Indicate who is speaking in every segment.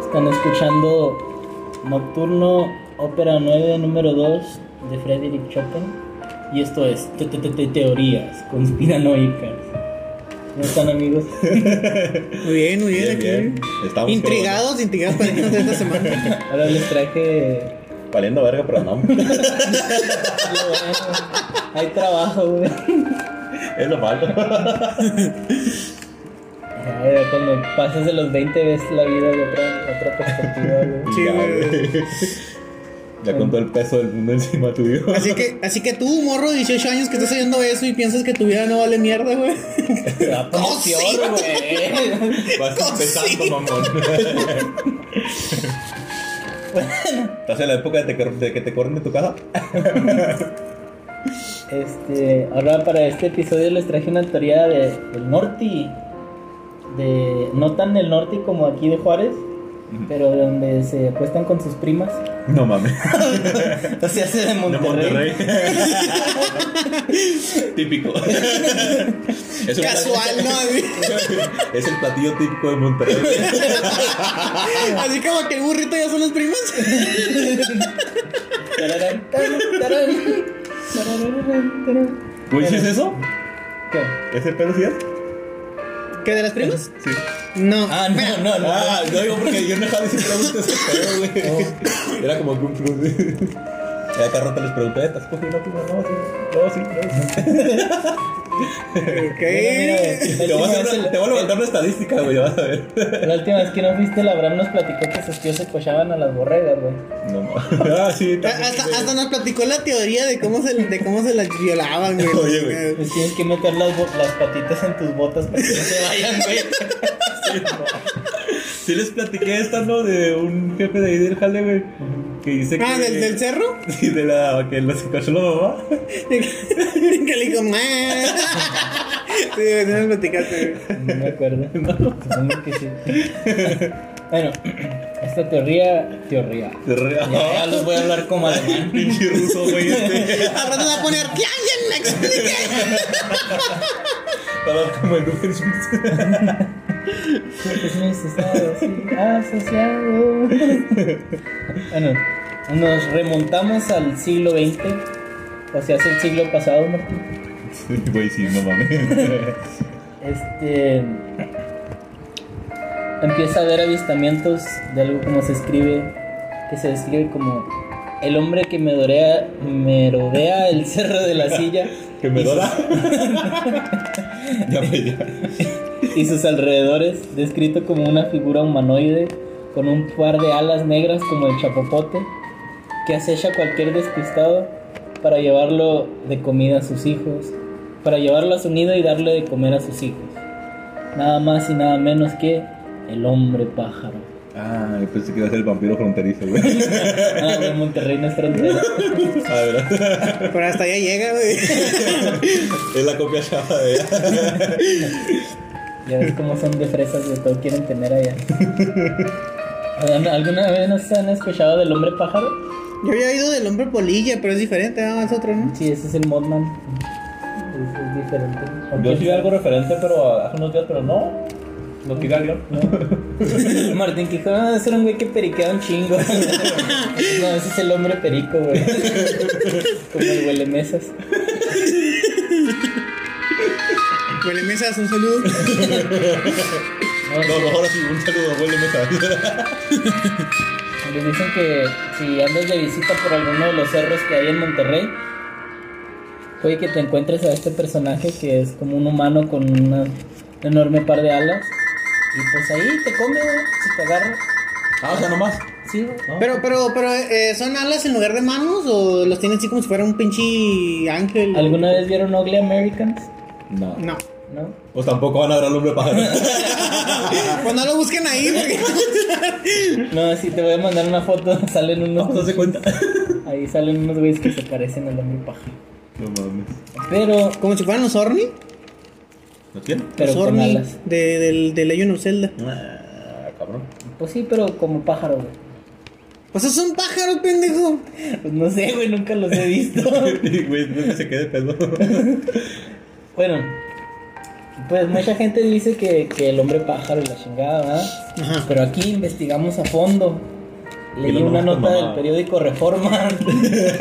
Speaker 1: Están escuchando Nocturno Ópera 9, número 2 de Frederick Chopin. Y esto es te- te- te- teorías conspiranoicas. ¿Cómo están, amigos?
Speaker 2: Muy bien, muy bien,
Speaker 3: Bien,
Speaker 2: aquí.
Speaker 3: bien. Estamos
Speaker 2: intrigados, intrigados para el de esta semana.
Speaker 1: Ahora les traje.
Speaker 3: como Valiendo verga, pero no.
Speaker 1: Hay trabajo, güey.
Speaker 3: Es lo malo.
Speaker 1: Ay, ya Cuando pasas de los 20 ves la vida de otra, de otra perspectiva, güey.
Speaker 2: Sí,
Speaker 3: Ya,
Speaker 2: güey.
Speaker 3: güey. Ya con todo el peso del mundo encima tuyo.
Speaker 2: Así que, así que tú, morro de 18 años que estás oyendo eso y piensas que tu vida no vale mierda, güey.
Speaker 1: Se va a poner
Speaker 2: Cosita.
Speaker 1: peor, güey.
Speaker 3: Vas empezando, mamón. ¿Estás en la época de, te cor- de que te corren de tu casa?
Speaker 1: Este, ahora para este episodio les traje una teoría de- del norte, de no tan del norte como aquí de Juárez, pero de donde se acuestan con sus primas.
Speaker 3: No mames.
Speaker 1: Entonces se hace de Monterrey.
Speaker 3: Típico. Es un-
Speaker 2: Casual, ¿no? Así-
Speaker 3: Es el platillo típico de Monterrey.
Speaker 2: Así como que el burrito ya son los primos.
Speaker 1: Tararán, tarán, tarán, tarararán, tarán.
Speaker 3: ¿Tú dices eso?
Speaker 1: ¿Qué?
Speaker 3: ¿Ese pedo sí es?
Speaker 2: ¿Qué de las primas?
Speaker 3: Sí.
Speaker 2: No.
Speaker 1: Ah, no, no, no.
Speaker 3: Ah, no digo porque yo no dejaba de decir preguntas ese pedo, güey. Era como que un plus. Ya cada rato les pregunté, ¿estás cogiendo una prima? No, sí, no, sí, no. sí.
Speaker 1: Mira,
Speaker 2: Ok.
Speaker 1: mira,
Speaker 3: Te voy a, hacer una- te voy a
Speaker 1: la,
Speaker 3: levantar una estadística, güey, ya vas a ver.
Speaker 1: la última vez que no fuiste, la Abraham nos platicó que sus tíos se cochaban a las borregas, güey.
Speaker 3: No, ma. Ah, sí.
Speaker 2: A-
Speaker 3: también,
Speaker 2: Hasta,
Speaker 3: güey.
Speaker 2: hasta nos platicó la teoría de cómo se, de cómo se las violaban, güey.
Speaker 3: Oye, güey.
Speaker 1: Pues tienes que meter las, bo- las patitas en tus botas para que no se vayan, güey.
Speaker 3: Sí les platiqué esta, ¿no? De un jefe de ahí del jale, güey. Que dice que...
Speaker 2: Ah, ¿del, del cerro.
Speaker 3: Sí, de la... que los cochó la mamá.
Speaker 2: que le dijo, "Mua". Sí, güey, sí nos platicaste, güey.
Speaker 1: No me acuerdo. Supongo que sí. Bueno, esta teoría. Teoría.
Speaker 3: Se rea.
Speaker 1: Ya, ya los voy a hablar como alemán.
Speaker 3: Ah. Pinche ruso, güey, este.
Speaker 2: Ahora te va a poner, que alguien me explique.
Speaker 3: Para como el Uber Eats.
Speaker 1: Pues necesario, sí, asociado. Bueno, nos remontamos al siglo XX. O sea, es el siglo pasado, Martín.
Speaker 3: Sí, Güey, sí, no mames.
Speaker 1: Este. Empieza a haber avistamientos de algo como se escribe. Que se describe como. El hombre que me rodea, me rodea el cerro de la silla
Speaker 3: Que me dora. ya, güey, ya.
Speaker 1: y sus alrededores, descrito como una figura humanoide con un par de alas negras como el chapopote, que acecha a cualquier despistado para llevarlo de comida a sus hijos, para llevarlo a su nido y darle de comer a sus hijos. Nada más y nada menos que el hombre pájaro.
Speaker 3: Ah, yo pensé que iba a ser el vampiro fronterizo, güey.
Speaker 1: Ah, güey, Monterrey no es frontera.
Speaker 3: A ver,
Speaker 2: Pero hasta allá llega, güey.
Speaker 3: es la copia chava de ella.
Speaker 1: Ya ves cómo son de fresas, de todo quieren tener allá. ¿Alguna vez nos han escuchado del hombre pájaro?
Speaker 2: Yo había oído del hombre polilla, pero es diferente, nada más otro, ¿no?
Speaker 1: Sí, ese es el Modman. Es, es diferente.
Speaker 3: Yo sí algo referente, pero hace unos días, pero no. Lo que León.
Speaker 1: Martín Quijote no, ese era un güey que periquea un chingo. no, ese es el hombre perico, güey. Como el huele mesas.
Speaker 2: Huele mesas, un saludo.
Speaker 1: No,
Speaker 3: No, mejor así, un saludo, güey, mesa.
Speaker 1: Les dicen que si andas de visita por alguno de los cerros que hay en Monterrey, puede que te encuentres a este personaje que es como un humano con una- un enorme par de alas. Y pues ahí te come, güey, si te agarra.
Speaker 3: Ah, o sea, nomás.
Speaker 1: Sí, güey.
Speaker 2: Pero, pero, pero, eh, ¿son alas en lugar de manos o los tienen así como si fuera un pinche ángel?
Speaker 1: ¿Alguna vez vieron Ugly Americans?
Speaker 3: No.
Speaker 2: No.
Speaker 1: ¿No?
Speaker 3: Pues tampoco van a ver al hombre pájaro.
Speaker 2: Pues no lo busquen ahí porque...
Speaker 1: No, sí, te voy a mandar una foto. Salen
Speaker 3: ¿No
Speaker 1: unos.
Speaker 3: se cuenta?
Speaker 1: Ahí salen unos güeyes que se parecen al hombre paja.
Speaker 3: No mames.
Speaker 1: Pero.
Speaker 2: como si fueran los Orni.
Speaker 3: ¿No tiene?
Speaker 1: Pero
Speaker 2: los
Speaker 1: con
Speaker 2: Orni
Speaker 1: alas.
Speaker 2: de, del, de Legend of Zelda.
Speaker 3: Ah, cabrón.
Speaker 1: Pues sí, pero como pájaro, güey.
Speaker 2: Pues es un pájaro, pendejo.
Speaker 1: Pues no sé, güey, nunca los he visto.
Speaker 3: Y, Güey, no se quede pedo.
Speaker 1: bueno, Pues mucha gente dice que, que el hombre pájaro y la chingada, ¿verdad?
Speaker 2: Ajá.
Speaker 1: Pero aquí investigamos a fondo.
Speaker 3: Y
Speaker 1: Leí
Speaker 3: lo
Speaker 1: una
Speaker 3: nomás con
Speaker 1: nota del
Speaker 3: mamá.
Speaker 1: periódico Reforma.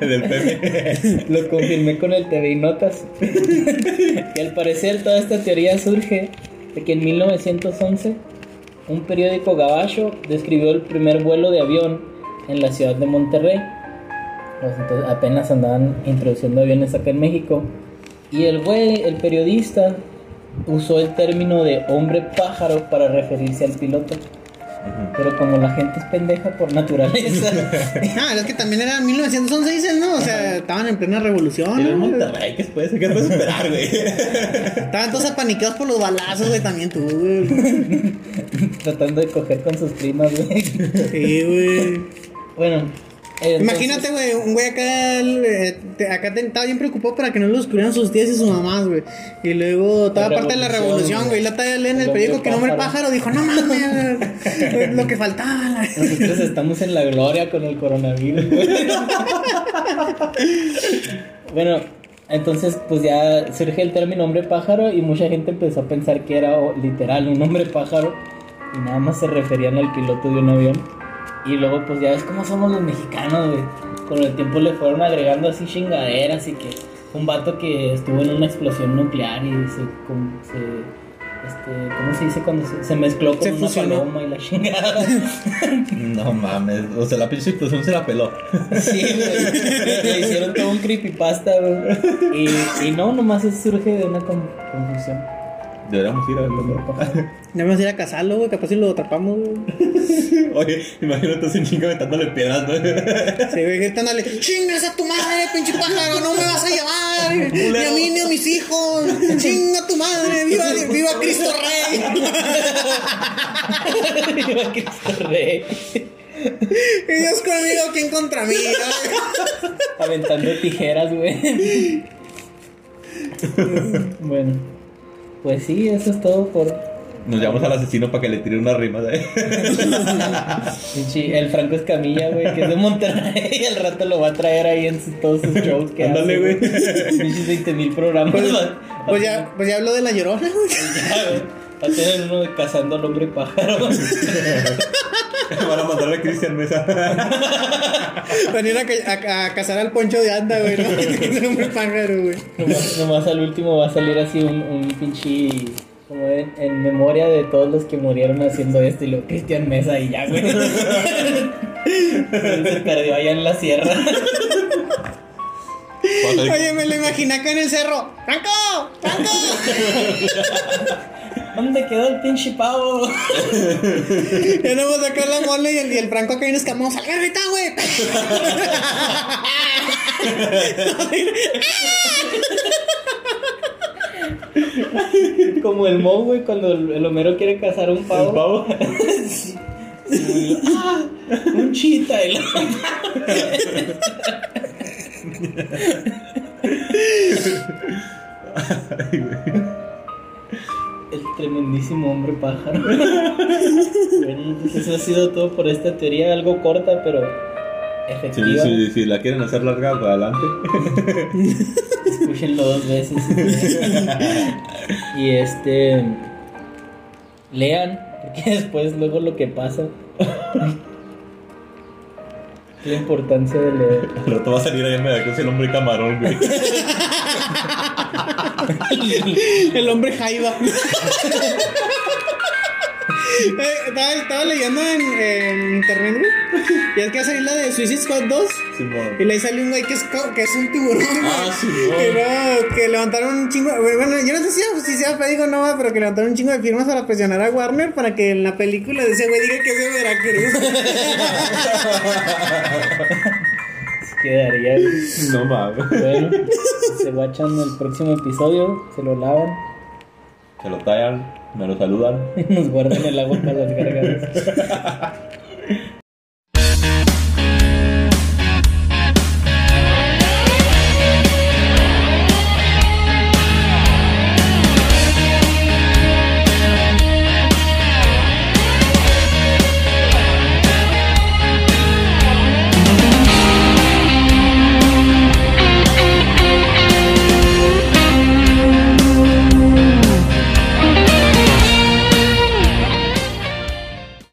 Speaker 3: Del Pepe.
Speaker 1: Lo confirmé con el TV y Notas. y al parecer toda esta teoría surge de que en 1911 un periódico gabacho describió el primer vuelo de avión en la ciudad de Monterrey. Pues entonces apenas andaban introduciendo aviones acá en México. Y el güey, el periodista, usó el término de hombre pájaro para referirse al piloto. Pero como la gente es pendeja por naturaleza,
Speaker 2: Ah, es que también era 1911, dicen, ¿no? O sea, estaban en plena revolución.
Speaker 3: Era en
Speaker 2: ¿no?
Speaker 3: Monterrey, ¿qué se puede hacer? ¿Qué se puede esperar, güey?
Speaker 2: Estaban todos apaniqueados por los balazos, güey, también tú, güey.
Speaker 1: tratando de coger con sus primas, güey.
Speaker 2: Sí, güey.
Speaker 1: Bueno, eh,
Speaker 2: Imagínate, güey, un güey acá, eh, te- acá te- estaba bien preocupado para que no lo descubrieran sus tías y sus mamás, güey. Y luego estaba
Speaker 1: La
Speaker 2: parte de la
Speaker 1: revolución,
Speaker 2: revolución, güey. Y la otra vez leen en el
Speaker 1: El
Speaker 2: periódico
Speaker 1: hombre
Speaker 2: que el hombre pájaro
Speaker 1: pájaro.
Speaker 2: dijo, no mames, lo que faltaba.
Speaker 1: entonces, nosotros estamos en la gloria con el coronavirus. güey. bueno, entonces pues ya surge el término hombre pájaro y mucha gente empezó a pensar que era o, literal un hombre pájaro y nada más se referían al piloto de un avión. Y luego pues ya ves cómo somos los mexicanos, güey. Con el tiempo le fueron agregando así chingaderas y que un vato que estuvo en una explosión nuclear y se... con- se- este, ¿Cómo se dice cuando se, se mezcló con
Speaker 2: Se
Speaker 1: una
Speaker 2: fusionó.
Speaker 1: paloma y la chingada?
Speaker 3: No mames, o sea, la pinche explosión se la peló.
Speaker 1: Sí, güey. Le hicieron todo un creepypasta, güey. Y, y no, nomás es- surge de una con- confusión.
Speaker 3: Deberíamos ir a verlo. ¿no?
Speaker 2: Ya vamos a ir a casarlo, güey, capaz si lo atrapamos, güey.
Speaker 3: Oye, imagínate ese chingo metándole piedras, ¿no?
Speaker 2: Se ve gritándole, chingas a tu madre, pinche pájaro, no me vas a llevar, ni a mí ni a mis hijos, chinga a tu madre, viva, viva Cristo Rey.
Speaker 1: Viva Cristo Rey.
Speaker 2: Y Dios conmigo, ¿quién contra mí? ¿no?
Speaker 1: Aventando tijeras, güey. Bueno, pues sí, eso es todo por
Speaker 3: Nos llevamos al asesino para que le tire unas rimas, ¿eh?
Speaker 1: pinche- el Franco Escamilla, güey, que es de Monterrey. Al rato lo va a traer ahí en sus- todos sus shows que
Speaker 3: Ándale,
Speaker 1: hace,
Speaker 3: güey.
Speaker 1: Pinches 20 mil programas.
Speaker 2: Pues,
Speaker 1: va-
Speaker 2: pues ya, pues ya habló de la llorona, güey.
Speaker 1: Ya, güey. Va a tener uno de cazando al hombre pájaro.
Speaker 3: Van a mandarle a Cristian Mesa.
Speaker 2: Venir a, ca- a- a cazar al poncho de anda, güey, ¿no? Es un hombre pájaro, güey.
Speaker 1: Nomás, nomás al último va a salir así un, un pinche. Como en, en memoria de todos los que murieron haciendo esto y lo Cristian Mesa y ya, güey. Se perdió allá en la sierra.
Speaker 2: Oye, me lo imaginé acá en el cerro. ¡Franco! ¡Franco!
Speaker 1: ¿Dónde quedó el pinche pavo?
Speaker 2: Ya no vamos a sacar la mole y el, y el Franco acá viene escamado. ¡Salga ahorita, güey!
Speaker 1: Como el Mo, güey, cuando el, el Homero quiere cazar un pavo.
Speaker 3: El pavo.
Speaker 1: Ah, un chita. El...
Speaker 3: Ay, güey.
Speaker 1: El tremendísimo hombre pájaro. bueno, entonces eso ha sido todo por esta teoría, algo corta, pero
Speaker 3: Si,
Speaker 1: efectiva.
Speaker 3: si- si la quieren hacer larga, para adelante.
Speaker 1: Escúchenlo dos veces. y este. Lean, porque después, luego lo que pasa. La importancia de leer.
Speaker 3: Al rato va a salir ahí en Veracruz el hombre camarón, güey.
Speaker 2: El hombre jaiba. Eh, estaba, estaba leyendo en, en internet, güey. Y es que va a salir la de Suicide Squad 2.
Speaker 3: Simón.
Speaker 2: Y le sale un güey que es, co- que es un tiburón. güey.
Speaker 3: Ah, sí, no.
Speaker 2: que, no, que levantaron un chingo. Bueno, yo no sé si la justicia fue, digo, no, va, pero que levantaron un chingo de firmas para presionar a Warner para que en la película de ese güey diga que es de Veracruz.
Speaker 1: Así Quedaría.
Speaker 3: No mames.
Speaker 1: Bueno, se guachan el próximo episodio, se lo lavan
Speaker 3: Se lo tallan, me lo saludan.
Speaker 1: y nos guardan el agua para las gargaras.